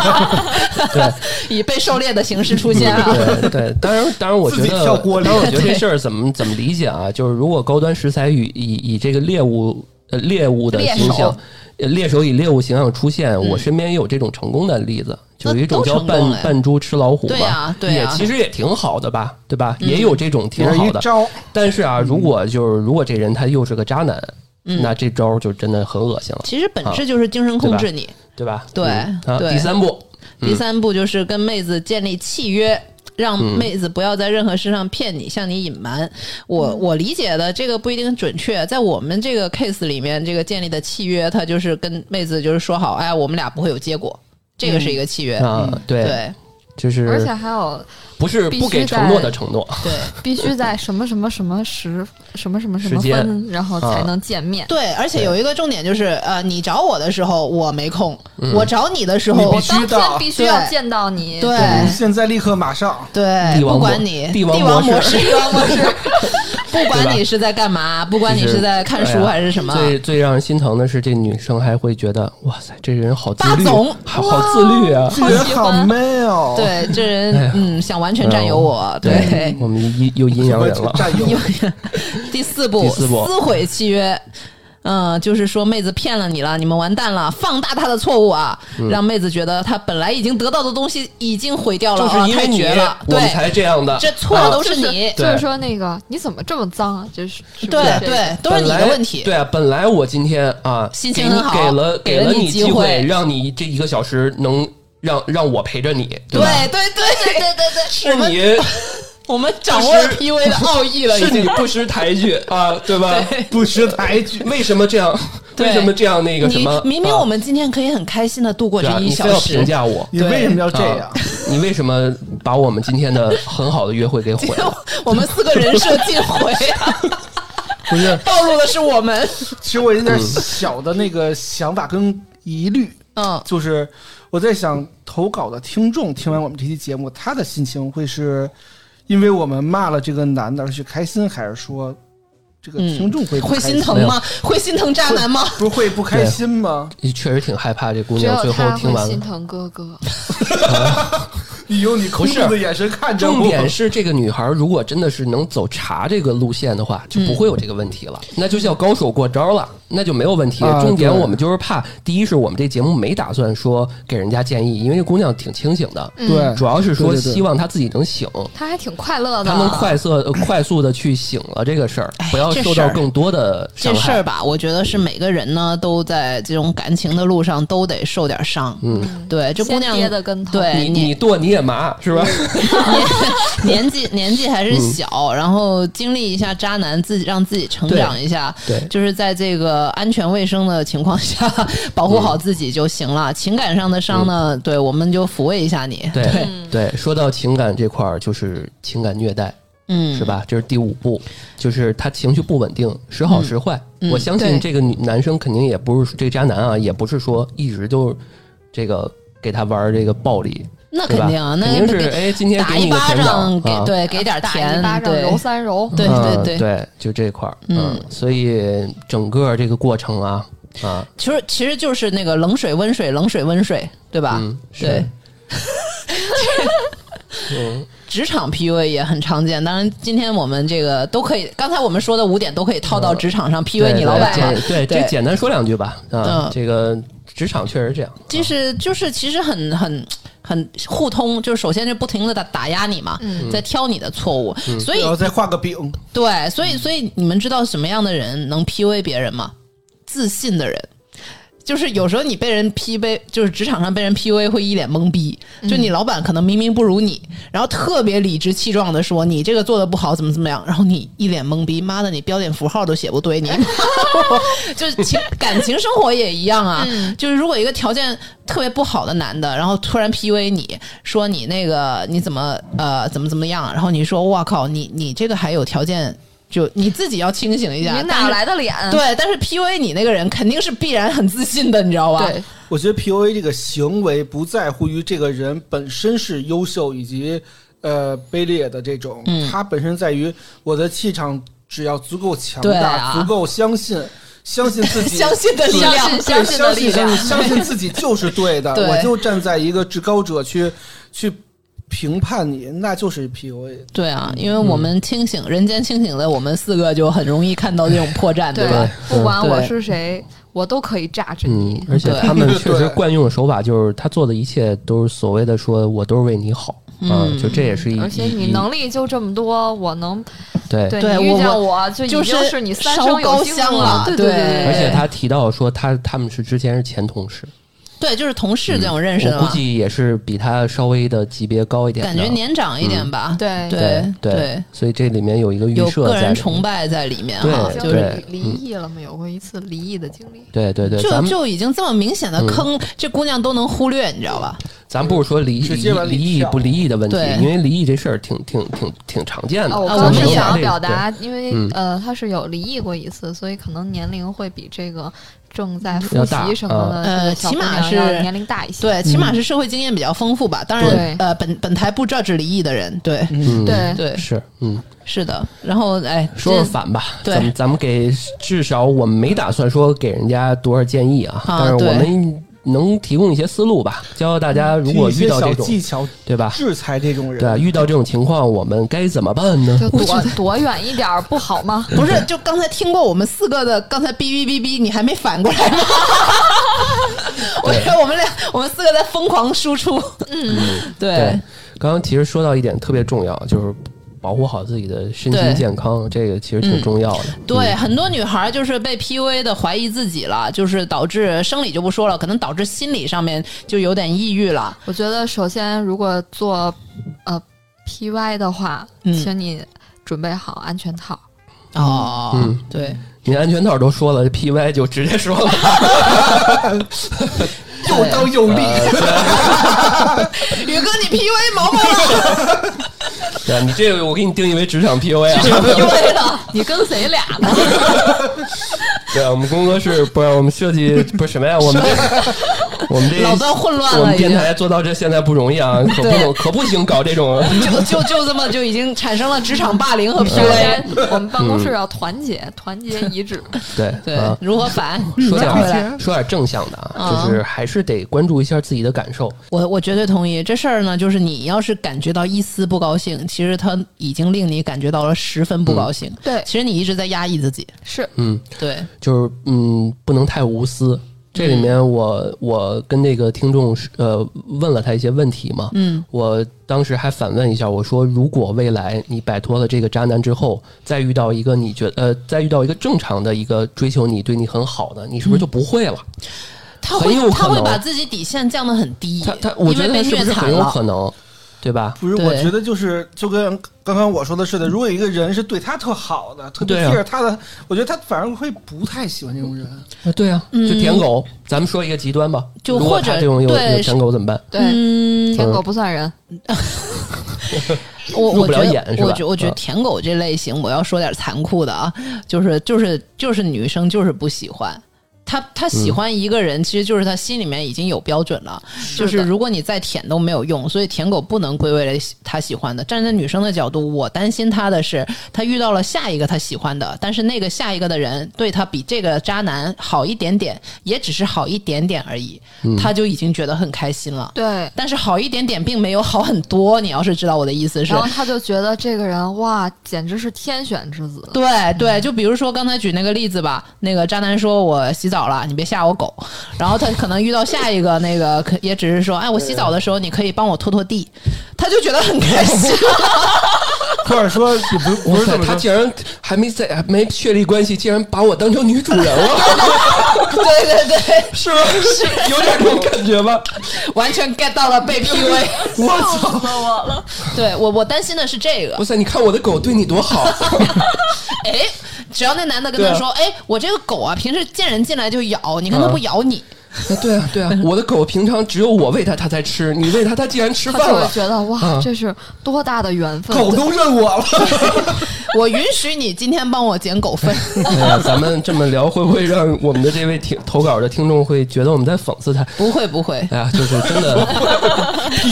以被狩猎的形式出现啊。
对对，当然当然，我觉
自
得，
己跳锅里
当然我觉得这事儿怎么怎么理解啊？就是如果高端食材与以以这个猎物呃猎物的
猎
形
手
象，呃猎手以猎物形象出现，我身边也有这种成功的例子，就有一种
嗯那都
叫
成
扮
功了呀
扮猪吃老虎吧，
对呀对啊嗯呀
也其实也挺好的吧，对吧？也有这种挺
也是
好
一
的，
招，
但是啊，
嗯
如果就是如果这人他又是个渣男，那这招就真的很恶心了，
其实本质就是精神控制你。
对吧？
对
嗯啊，
对
第三步，
第三步就是跟妹子建立契约。让
嗯
妹子不要在任何事上骗你，向你隐瞒。
嗯
我我理解的这个不一定准确，在我们这个 case 里面，这个建立的契约，它就是跟妹子就是说好，哎，我们俩不会有结果，这个是一个契约。
嗯啊，对，
对
就是
而且还有
不是
必
不
须
给承
在
诺的承诺，
对
必须在什么什么什么时什么什么什
时
么
间
分，然后才能见面。
对，而且有一个重点就是，呃，你找我的时候我没空，
嗯
我找你的时
你
候
必，须
当天
的，
必须要见到你。
对
现在立刻马上，
对，
帝王
不管
模
你
帝王模
模
式
式，帝王模 式，不管你是在干嘛，不管你
就是
是在看
哎
书
呀
还是什么，
最最让人心疼的是，这女生还会觉得，哇塞，这人好自
霸
律啊
总，
好好自律啊！
这人好 man 哦，
对，这
哎
人嗯，想完全占有我。对，
我们阴又阴阳人了。
占有，
第四步，
第四步
撕毁契约。嗯，就是说妹子骗了你了，你们完蛋了，放大她的错误啊，
嗯
让妹子觉得她本来已经得到的东西已经毁掉了，
就是因为
啊、太
你
绝了，，
我们
对，
才这样的。啊
这错的都是
就
你，
就是
对
说那个你怎么这么脏啊？就是是不
对
是这个
对，都是你
本
的
来
问题，
对啊，本来我今天啊，
心情很好
给你给了
给
了
了
你
你机会
让你这一个小时能让让我陪着你，
对
吧？
对对对对对，
是
我们
你
我们掌握了
就是
PUA 的奥义了，已
是
经
你不识抬举啊，对吧？
对
不识抬举，
为什么这样？
对
为什么这样？那个什
你
么，
明明
啊
我们今天可以很开心的度过
对
这
啊
一
你非
小
要
时
评，价我，
你为什么要这样
啊？你为什么把我们今天的很好的约会给毁了？
我们四个人设尽毁啊，
不是，
暴露的是我们，
其实我有
嗯
点小的那个想法跟疑虑，
嗯。
就是我在想，投稿的听众听完我们这期节目，他的心情会是因为我们骂了这个男的而去开心，还是说这个听众会不
会
开心
心疼吗？会心疼渣男吗？
不是会不开心吗？
你确实挺害怕这姑
只
娘最
有
后
他
听
会
完
心
了。
疼哥哥。
你用你控制的眼神看着我，
重点是这个女孩如果真的是能走茶这个路线的话，就不会有这个问题了，那就叫高手过招了，那就没有问题。
嗯啊
重点
对
我们就是怕，第一是我们这节目没打算说给人家建议，因为这姑娘挺清醒的，
对，
主要是说
对对对
希望她自己能醒。
他还挺快乐的，
她能快速、呃快速的去醒了这个事儿，不要
哎这
受
事
到
儿
更多的伤
这
害。
事儿吧，我觉得是每个人呢都在这种感情的路上都得受点伤。嗯，对，这姑娘
先跌的跟头
对
你嗯你剁你也麻是吧？
年 年纪年纪还是
嗯
小，然后经历一下渣男，自己让自己成长一下，
对对
就是在这个安全卫生的情况下，保护
嗯
好自己就行了。情感上的伤呢，对，我们就抚慰一下你，
对 对，说到情感这块儿，就是情感虐待，
嗯，嗯
是？吧？这是第五步，就是他情绪不稳定，时好时坏。我相信
对
这个女男生肯定也不是这个渣男啊，也不是说一直就这个给他玩这个暴力，
那
对
肯
吧？
定啊，那
肯定是
给
哎，今天
打
给你
一
个
巴
甜
掌，
枣，
给
啊
对，给点
打
甜
一，巴掌
对
揉三揉。
对
嗯
对
对，就这块儿，
嗯
嗯，所以整个这个过程啊啊，
其实其实就是那个冷水温水，冷水温水，对吧？
嗯，是
对。
嗯
职场 PUA 也很常见，当然今天我们这个都可以，刚才我们说的五点都可以套到职场上 PUA 你老板嘛
呃对。对，这
对
简单说两句吧啊
嗯，
嗯
这个职场确实这样，
就是就是，其实很很很互通，就是首先是不停的打打压你嘛，
嗯
在挑你的错误，
嗯
所以
然后再画个饼，
对，所以所以你们知道什么样的人能 PUA 别人吗？自信的人。就是有时候你被人 PUA，就是职场上被人 PUA 会一脸懵逼，
嗯
就你老板可能明明不如你，然后特别理直气壮的说你这个做的不好，怎么怎么样，然后你一脸懵逼，妈的，你标点符号都写不 对，你 就是情感情生活也一样啊，
嗯
就是如果一个条件特别不好的男的，然后突然 PUA 你说你那个你怎么呃怎么怎么样，然后你说哇靠，你你这个还有条件，就你自己要清醒一
你
下，但
哪
是
来的脸？
对，但是 PUA 你那个人肯定是必然很自信的，你知道吧？
对，
我觉得 PUA 这个行为不在乎于这个人本身是优秀以及呃卑劣的这种，
嗯
它本身在于我的气场只要足够强大，
对啊
足够相信，相信自己，
相信的力量，
相
对，
信信的
相
力
信相
量
信相信自己就是对 的，
对
我就站在一个制高者去去评判你，那就是 PUA。
对啊，因为我们清醒，人间清醒的我们四个就很容易看到这种破绽，对吧？
不管
对
我是谁，我都可以炸着
嗯
你，。
而且
对
他 们确实
对
惯用的手法就是他做的一切都是所谓的说我都是为你好。啊
嗯
就这也是一，
而且
一
你能力就这么多，我能
对
对
对
你遇
我
见
我
我就已
就
经
是
是你三
烧
生
高
有幸
香了
对
对
对对，
而且他提到说他他们是之前是前同事，
对，就是同事这种认识的
我
嘛，
估计也是比他稍微的级别高一点的，
感觉年长一点吧，
对
对
对所以这里面有一个预
有
设
个
在
人
里面
崇拜在里面哈，
对
就。
就是
对
离离异了嘛，有过一次离异的经历。
对对对，
就
咱们
就已经这么明显的坑，这姑娘都能忽略，你知道吧？
咱不是说离
直接往
离
里
异
跳
不离异的问题
对，
因为离异这事儿挺挺挺挺常见的。
哦，
啊
我刚
我
刚
们
是
有
想要
这个
表
对
达，因为
嗯
呃，他是有离异过一次，所以可能年龄会比这个正
嗯
在
要
复
大啊
习什么的，
呃
这个小
起
姑
码
娘
是
要年龄大一些。
对，起码是社会经验比较丰富吧。当然
对，
呃，本本台不 judge 离异的人，对
嗯，
对
对
是，嗯，
是的。然后，哎，
说说
这
反吧，
对
咱们咱们给至少我们没打算说给人家多少建议啊，
啊
但是我
对
们能提供一些思路吧，教教大家如
听
果
一些
遇到
小
这种
技巧
对吧？
制裁这种人，
对，啊遇到这种情况我们该怎么办呢？
就躲躲远一点儿不好吗？
不是，就刚才听过我们四个的，刚才哔哔哔哔，你还没反过来 吗？我觉 得我们俩，我们四个在疯狂输出。嗯，对
对，刚刚其实说到一点特别重要，就是保护好自己的身
对嗯
心健康，这个其实挺重要的。嗯
对，很多女孩就是被 PUA 的怀疑自己了，就是导致生理就不说了，可能导致心理上面就有点抑郁了。
我觉得首先如果做呃 PY 的话，
嗯
请你准备好安全套。
哦，
嗯
对，
你安全套都说了，P Y 就直接说 了，
又刀又利。
呃
宇哥，你 PUA 毛毛了
对啊你这个我给你定义为职场 P U A 啊。
，PUA 了， 你跟谁俩呢？
对，我们工作室不是我们设计不是什么呀，我们 我们这
老段混乱了
我们电
已经
台做到这现在不容易啊，可不能可不行搞这种。
就就就这么就已经产生了职场霸凌和
首
PUA。
先，我们办公
嗯
室要团结，团结 一致。
对
对嗯
啊，
如何反？
说点
讲回来。
儿说点儿正向的啊，
嗯
就是还是得关注一下自己的感受。
我我绝对同意这事儿呢，就是你要是感觉到一丝不高兴，其实它已经令你感觉到了十分不高兴。
对，
其实你一直在压抑自己。
是
嗯，
对，
就是嗯，不能太无私。这里面我我跟那个听众是呃问了他一些问题嘛，
嗯，
我当时还反问一下，我说如果未来你摆脱了这个渣男之后，再遇到一个你觉呃再遇到一个正常的一个追求你对你很好的，你是不是就不会了？
他
很有
会他
可
会
能
把自己底线降得很低，
他他我
嗯因
觉
为
得
被
他是
虐
不是
惨
很有
了
可。能，对吧？
不是，
对
我觉得就是就跟刚刚我说的似的，如果一个人是对他特好的，特别
对啊
care 他的，我觉得他反而会不太喜欢这种人。
啊对啊，就舔狗，咱们说一个极端吧，
嗯就
如果
或者
他这种有
对
有舔狗怎么办？
对，
嗯，
舔狗不算人。
我
入
我
不了
觉得
眼是吧
我觉我觉得
嗯
舔狗这类型，我要说点残酷的啊，就是就是就是女生就是不喜欢。她她喜
嗯
欢一个人，其实就是她心里面已经有标准了，就是如果你再舔都没有用，所以舔狗不能归为了她喜欢的。站在女生的角度，我担心她的是，她遇到了下一个她喜欢的，但是那个下一个的人对她比这个渣男好一点点，也只是好一点点而已，
嗯
她就已经觉得很开心了。
对，
但是好一点点并没有好很多，你要是知道我的意思是
然。后他就觉得这个人哇，简直是天选之子。
嗯对对，就比如说刚才举那个例子吧，那个渣男说我洗澡澡了，你别吓我狗。然后他可能遇到下一个那个，可也只是说，哎，我洗澡的时候你可以帮我拖拖地，他就觉得很开 心。
或 者说也不不
哇
是
塞，
怎么
他
说
竟然还没在还没确立关系，竟然把我当成女主人 了，
对对对，
是吧？是 有点这种感觉吧？
完全 get 到了被 PUA。
我操！
对我我担心的是这个
哇，塞，你看我的狗对你多好，啊
哎，只要那男的跟他说，哎，我这个狗啊，平时见人进来就咬，你看它不咬你。
啊对啊对啊，我的狗平常只有我喂它，它才吃，你喂它，它竟然吃
他
饭
就会
了，啊
觉得哇，这是多大的缘分！
狗都认我了，
我允许你今天帮我捡狗粪。
哎呀，咱们这么聊，会不会让我们的这位听投稿的听众会觉得我们在讽刺他？
不会不会，
哎呀，就是真 的，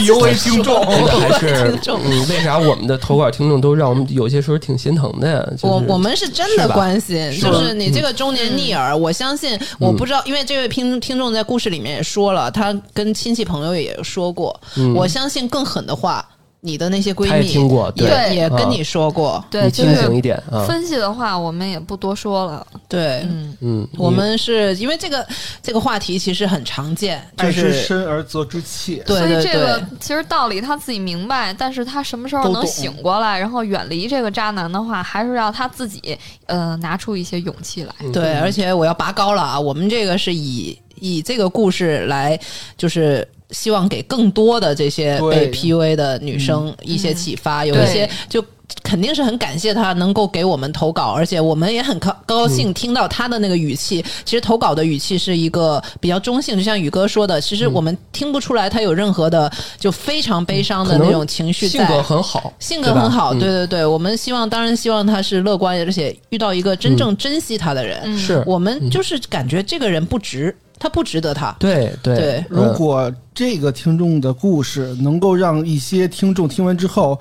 有为听 众。
真的还是
听众
嗯，为啥我们的投稿听众都让我们有些时候挺心疼的呀？就是、
我我们是真的
是吧
关心，
是吧嗯
就是你这个中年逆耳，我相信我不知道，因为这位听听众在故事里面也说了，他跟亲戚朋友也说过，我相信更狠的话，你的那些闺
嗯他也
蜜
听过对
也也
啊
跟你说过，
对，
你
就
清
是
醒一点啊，
分析的话，我们也不多说了。
对，
嗯，
我们是因为这个这个话题其实很常见，就
这
是
是深而责之切，
对
所
对
以这
对
个。其实道理他自己明白，但是他什么时候
都
能
懂
醒过来，然后远离这个渣男的话，还是要他自己呃拿出一些勇气
嗯
来。
对，而且我要拔高了啊！我们这个是以以这个故事来，就是希望给更多的这些被
对
PUA 的女
嗯
生一些启发，有一
对
些就。肯定是很感谢她能够给我们投稿，而且我们也很高高
嗯
兴听到她的那个语气。其实投稿的语气是一个比较中性，就像宇哥说的，
嗯
其实我们听不出来她有任何的就非常悲伤的
嗯可能
那种情绪在。
性格很好，
性格
对吧
很好，
嗯
对对对，我们希望，当然希望他是乐观，而且遇到一个真正珍惜他的人。
嗯
是
我们就是感觉这个人不值，他不值得他。
对对
对
如果这个听众的故事能够让一些听众听完之后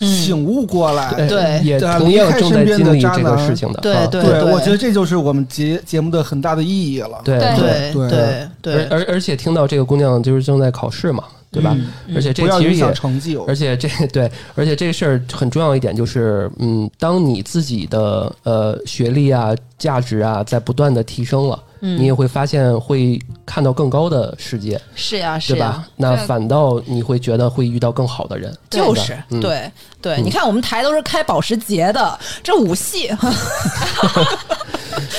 醒悟过来，
对
呃也
对啊
同样正在经历
离开
这
身
个
边的渣男
事情的，
对
啊
对
我觉得这就是我们节节目的很大的意义了。
对
对
对
对
对对
而而而且听到这个姑娘就是正在考试嘛，对吧？而且这
嗯不要
其实
影响
也。
成绩哦。
而且这对，而且这事儿很重要一点就是，嗯，当你自己的呃学历啊、价值啊在不断的提升了，
嗯
你也会发现会看到更高的世界，
是呀是啊
对
呀
吧，？那
对
反倒你会觉得会遇到更好的 人，
就是
嗯
对对，你看我们台都是开保时捷的，这五系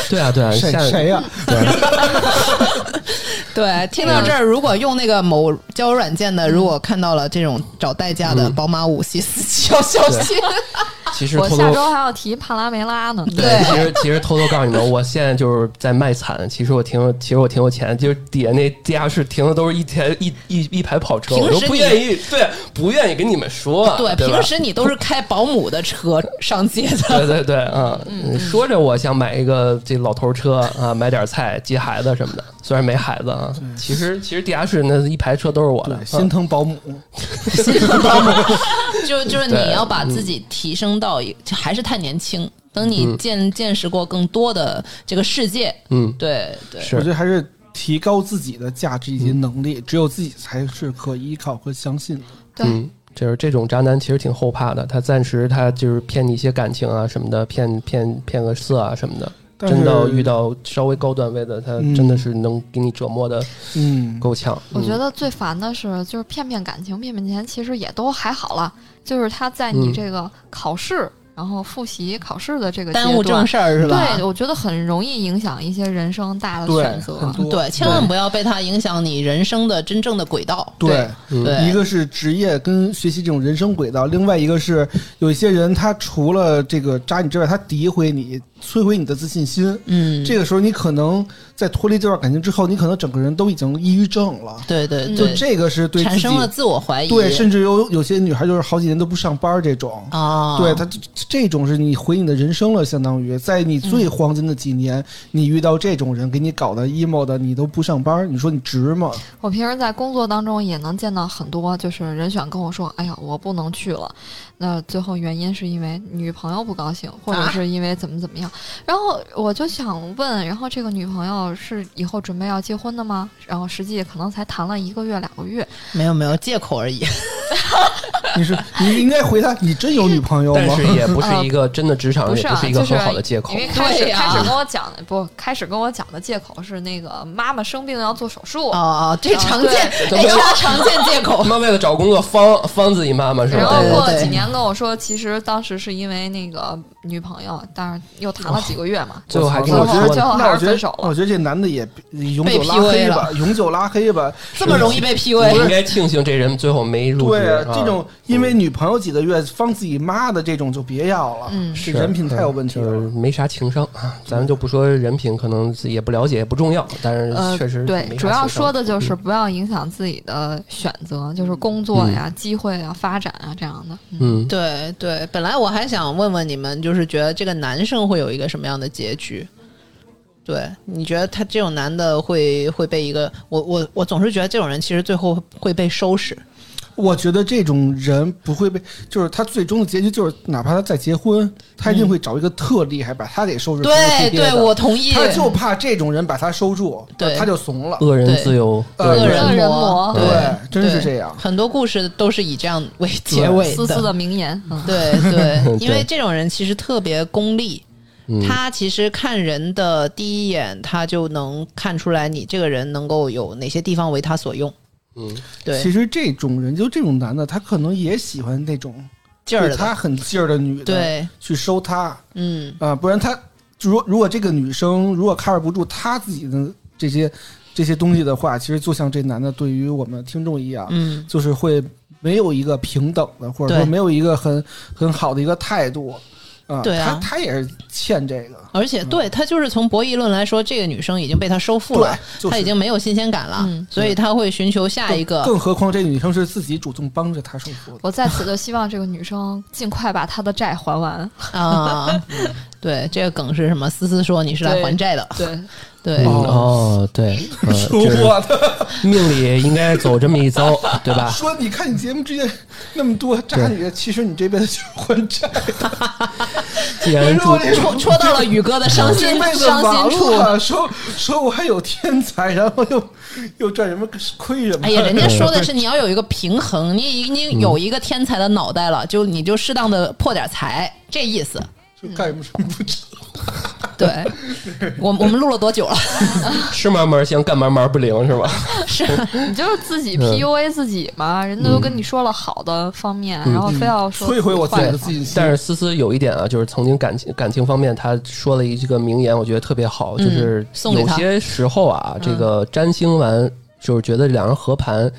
对啊，对啊，
谁
下
谁呀、
对，听到这儿，如果用那个某交友软件的，如果看到了这种找代驾的宝马五系司机，要小心。
其实
我
偷
下
偷
周还要提帕拉梅拉呢。
对
其实其实偷偷告诉你们，我现在就是在卖惨。其实我挺有，其实我挺有钱，就是底下那地下室停的都是一台一一一排跑车，
平时
我都不
你
愿意，对，不愿意跟你们说，
对，
对，
平
吧。
时你都是开保姆的车上街 的，
对对对，嗯，说着我想买一个这老头车啊，买点菜接孩子什么的。虽然没孩子啊，其实其实地下室那一排车都是我的。嗯
对，心疼保姆，
就就是你要把自己提升到一，就还是太年轻。等你见见识过更多的这个世界，
嗯，
对对，
我觉
是
得还是提高自己的价值以及能力，只有自己才是可依靠和相信的。
对，
嗯，就是这种渣男其实挺后怕的，他暂时他就是骗你一些感情啊什么的，骗骗骗个色啊什么的。
但是
真到遇，到稍微高段位的，他
嗯
真的是能给你折磨的
嗯，
够呛。
我觉
嗯
得最烦的是，就是骗骗感情、骗骗钱，其实也都还好了。就是他在你
嗯
这个考试，然后复习考试的这个
耽
阶
误
段
正事儿是吧
对，？我觉得很容易影响一些人生大的
对
选择。
很多
对，千万不要被它影响你人生的真正的轨道。
对，
对
一个是职业跟学习这种人生轨道，另外一个是有一些人他除了这个渣你之外，他诋毁你，摧毁你的自信心。
嗯，
这个时候，你可能在脱离这段感情之后，你可能整个人都已经抑郁症了。
对对
就
对，
这个是对
产
自己
生了自我怀疑，
对，甚至有有些女孩就是好几年都不上班这种。
啊，
对她这这种是你毁你的人生了，相当于在你最黄金的几年，你遇到这种人给你搞的 emo 的，你都不上班，你说你值吗？
我平时在工作当中也能见到很多，就是人选跟我说：“哎呀，我不能去了。”那最后原因是因为女朋友不高兴，或
啊
者是因为怎么怎么样。然后我就想问，然后这个女朋友是以后准备要结婚的吗？然后实际可能才谈了一个月、两个月，
没有没有借口而已。
你是你应该回答，你真有女朋友
但
吗
是？也不是一个真的职场，
不
也
是啊，
不
就是
一个很好的借口啊
因。为开始
对呀
开始跟我讲的不，开始跟我讲的借口是那个妈妈生病要做手
啊
术，
哦哦，这常见
对
，HR 常见 借
他
口。
妈为了找工作方方自己妈妈是
然
吧
后？
对
过了
对
几年跟我说，其实当时是因为那个女朋友，但是又谈了几个月嘛，
最后还跟
我
我
觉得
说
最
呢，
后
那
还
我
是
觉
分手
得，
了
我。觉得这男的也永
被
久拉黑
PUA
吧，永久拉黑吧，
这么容 易被 PUA，
你应该庆幸这人最后没入职
对
啊。
这种因为女朋友几个月放自己妈的这种就别要了，
嗯
这人品太有问题
就
了
是。没啥情商啊。咱们就不说人品，可能也不了解，也不重要，但
呃
是确实、，
对，主要说的就是不要影响自己的选择，就是工作呀、机会啊、发展啊这样的。
嗯，
对对，本来我还想问问你们，就是觉得这个男生会有一个什么样的结局？对，你觉得他这种男的会会被一个我我我总是觉得这种人其实最后会被收拾。
我觉得这种人不会被，就是他最终的结局就是，哪怕他再结婚，他一定会找一个特厉害，把他给收拾服服帖
对
帖的
对，我同意。
他就怕这种人把他收住，
对
他就怂了。
恶人
对
自有
恶
人
恶
人
人
魔
魔，
对，
对，真是
对
这样。
很多故事都是以这样为结尾
思思的名言，嗯，
对对因为这种人其实特别功利，
嗯
嗯
他其实看人的第一眼，他就能看出来你这个人能够有哪些地方为他所用。
嗯，
其
对，
实这种人，就这种男的，他可能也喜欢那种
劲儿
对他
的，
很劲儿的女的，，
对，
去收他啊、
嗯，
不然他如如果这个女生如果 cover 不住他自己的这些这些东西的话，其实就像这男的对于我们听众一样，
嗯，
就是会没有一个平等的，或者说
对
没有一个很很好的一个态度啊。
对啊
他他也是欠这个，
而且对他就是从博弈论来说，这个女生已经被他收复
对
了，，
就是、
他已经没有新鲜感了
嗯，
所以他会寻求下
更
一个。
更何况这女生是自己主动帮着他受苦的。
我在此就希望这个女生尽快把她的债还完。
啊，对，这个梗是什么？思思说你是来
对
还债的，
对，
对
嗯，哦， 对，呃、就是
我的
命里应该走这么一遭，对吧？
说，你看你节目之前那么多渣女，其实你这辈子就是还债，
既然注
没错
戳戳到了宇哥的伤心
这辈子
伤
完
心处。
了，说说我还有天才，然后又又赚什么亏什么。
哎呀，人家说的是你要有一个平衡，你已经有一个天才的脑袋了，就你就适当的破点财，这意思。
就干什么什么不成。
对，我我们录了多久了？
吃嘛嘛香，干嘛嘛不灵是吧？
是
你就是自己 PUA 自己嘛，人家都跟你说了好的方面，然后嗯非要
嗯
说
摧毁我自己
坏
的
的
自信心。
但是思思有一点啊，就是曾经感情感情方面，她说了一这个名言，我觉得特别好，就是
送给
有
她
些时候啊，这个占星完就是觉得两人合盘，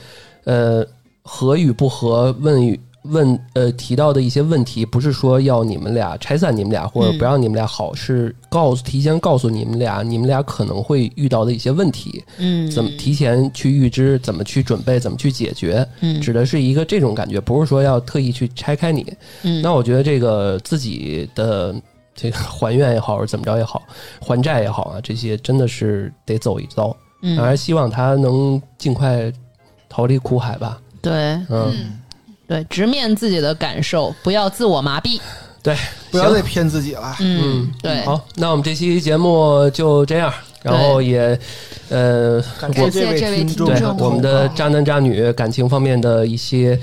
呃，合与不合，问与问呃提到的一些问题，不是说要你们俩拆散你们俩，或者
嗯
不让你们俩好，是告诉提前告诉你们俩，你们俩可能会遇到的一些问题，
嗯
怎么提前去预知，怎么去准备，怎么去解决，
嗯
指的是一个这种感觉，不是说要特意去拆开你。
嗯
那我觉得这个自己的这个还愿也好，或者怎么着也好，还债也好啊，这些真的是得走一遭。当然，
嗯，
希望他能尽快逃离苦海吧。
对
嗯，
嗯，
对，直面自己的感受，不要自我麻痹。
对，
不要
行
再骗自己了。
嗯，对，
好，那我们这期节目就这样，然后也呃，
感
我
谢这
感谢这位
位
听
众
众
对
众
投
我们的渣男渣女感情方面的一些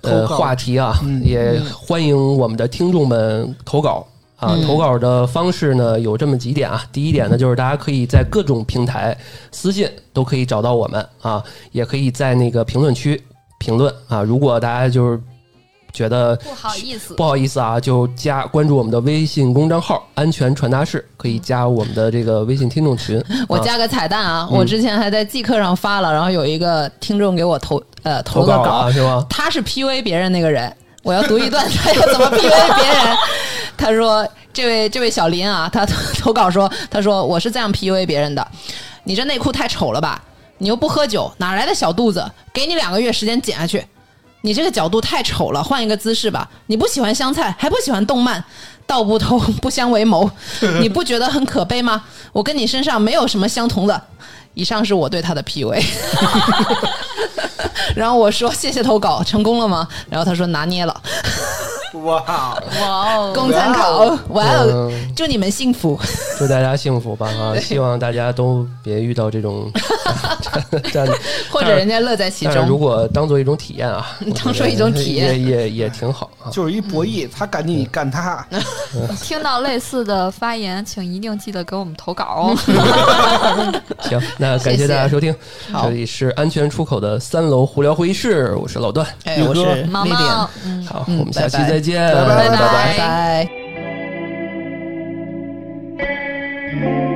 呃
投稿
话题啊，
嗯
也欢迎我们的听众们投稿。啊，
嗯
投稿的方式呢有这么几点啊。第一点呢，就是大家可以在各种平台私信都可以找到我们啊，也可以在那个评论区评论啊。如果大家就是觉得
不好意思
不，好意思啊，就加关注我们的微信公众号“安全传达室”，可以加我们的这个微信听众群。
我
啊
加个彩蛋啊，
嗯
我之前还在即刻上发了，然后有一个听众给我投呃投个
投稿
稿
啊，是吗？
他是 PUA 别人那个人，我要读一段他要怎么 PUA 别人。 他说：“这位这位小林啊，他投投稿说，他说我是这样 PUA 别人的，你这内裤太丑了吧？你又不喝酒，哪来的小肚子？给你两个月时间减下去。你这个角度太丑了，换一个姿势吧。你不喜欢香菜，还不喜欢动漫，道不同不相为谋，你不觉得很可悲吗？我跟你身上没有什么相同的。”以上是我对他的 PUA。然 后我说谢谢投稿，成功了吗？然后他说拿捏了，
稿哇，
哇哦，
供参考。哇哦，
嗯
祝你们幸福。
祝大家幸福吧啊！希望大家都别遇到这种 但
或者人家乐在其
但是如
中。
果当做一种体验啊，我觉得
当做一种体验
也也也挺好 啊。
就是一博弈，他赶你，你赶他，
听到类似的发言，请一定记得给我们投稿哦。
行，那感谢大家收听，
好
这里是安全出口的三楼胡聊会议室，我是老段，
哎，我是
毛
丽丽。
毛，嗯。
好，
嗯
我们下期
拜拜
再见，
拜拜
拜
拜拜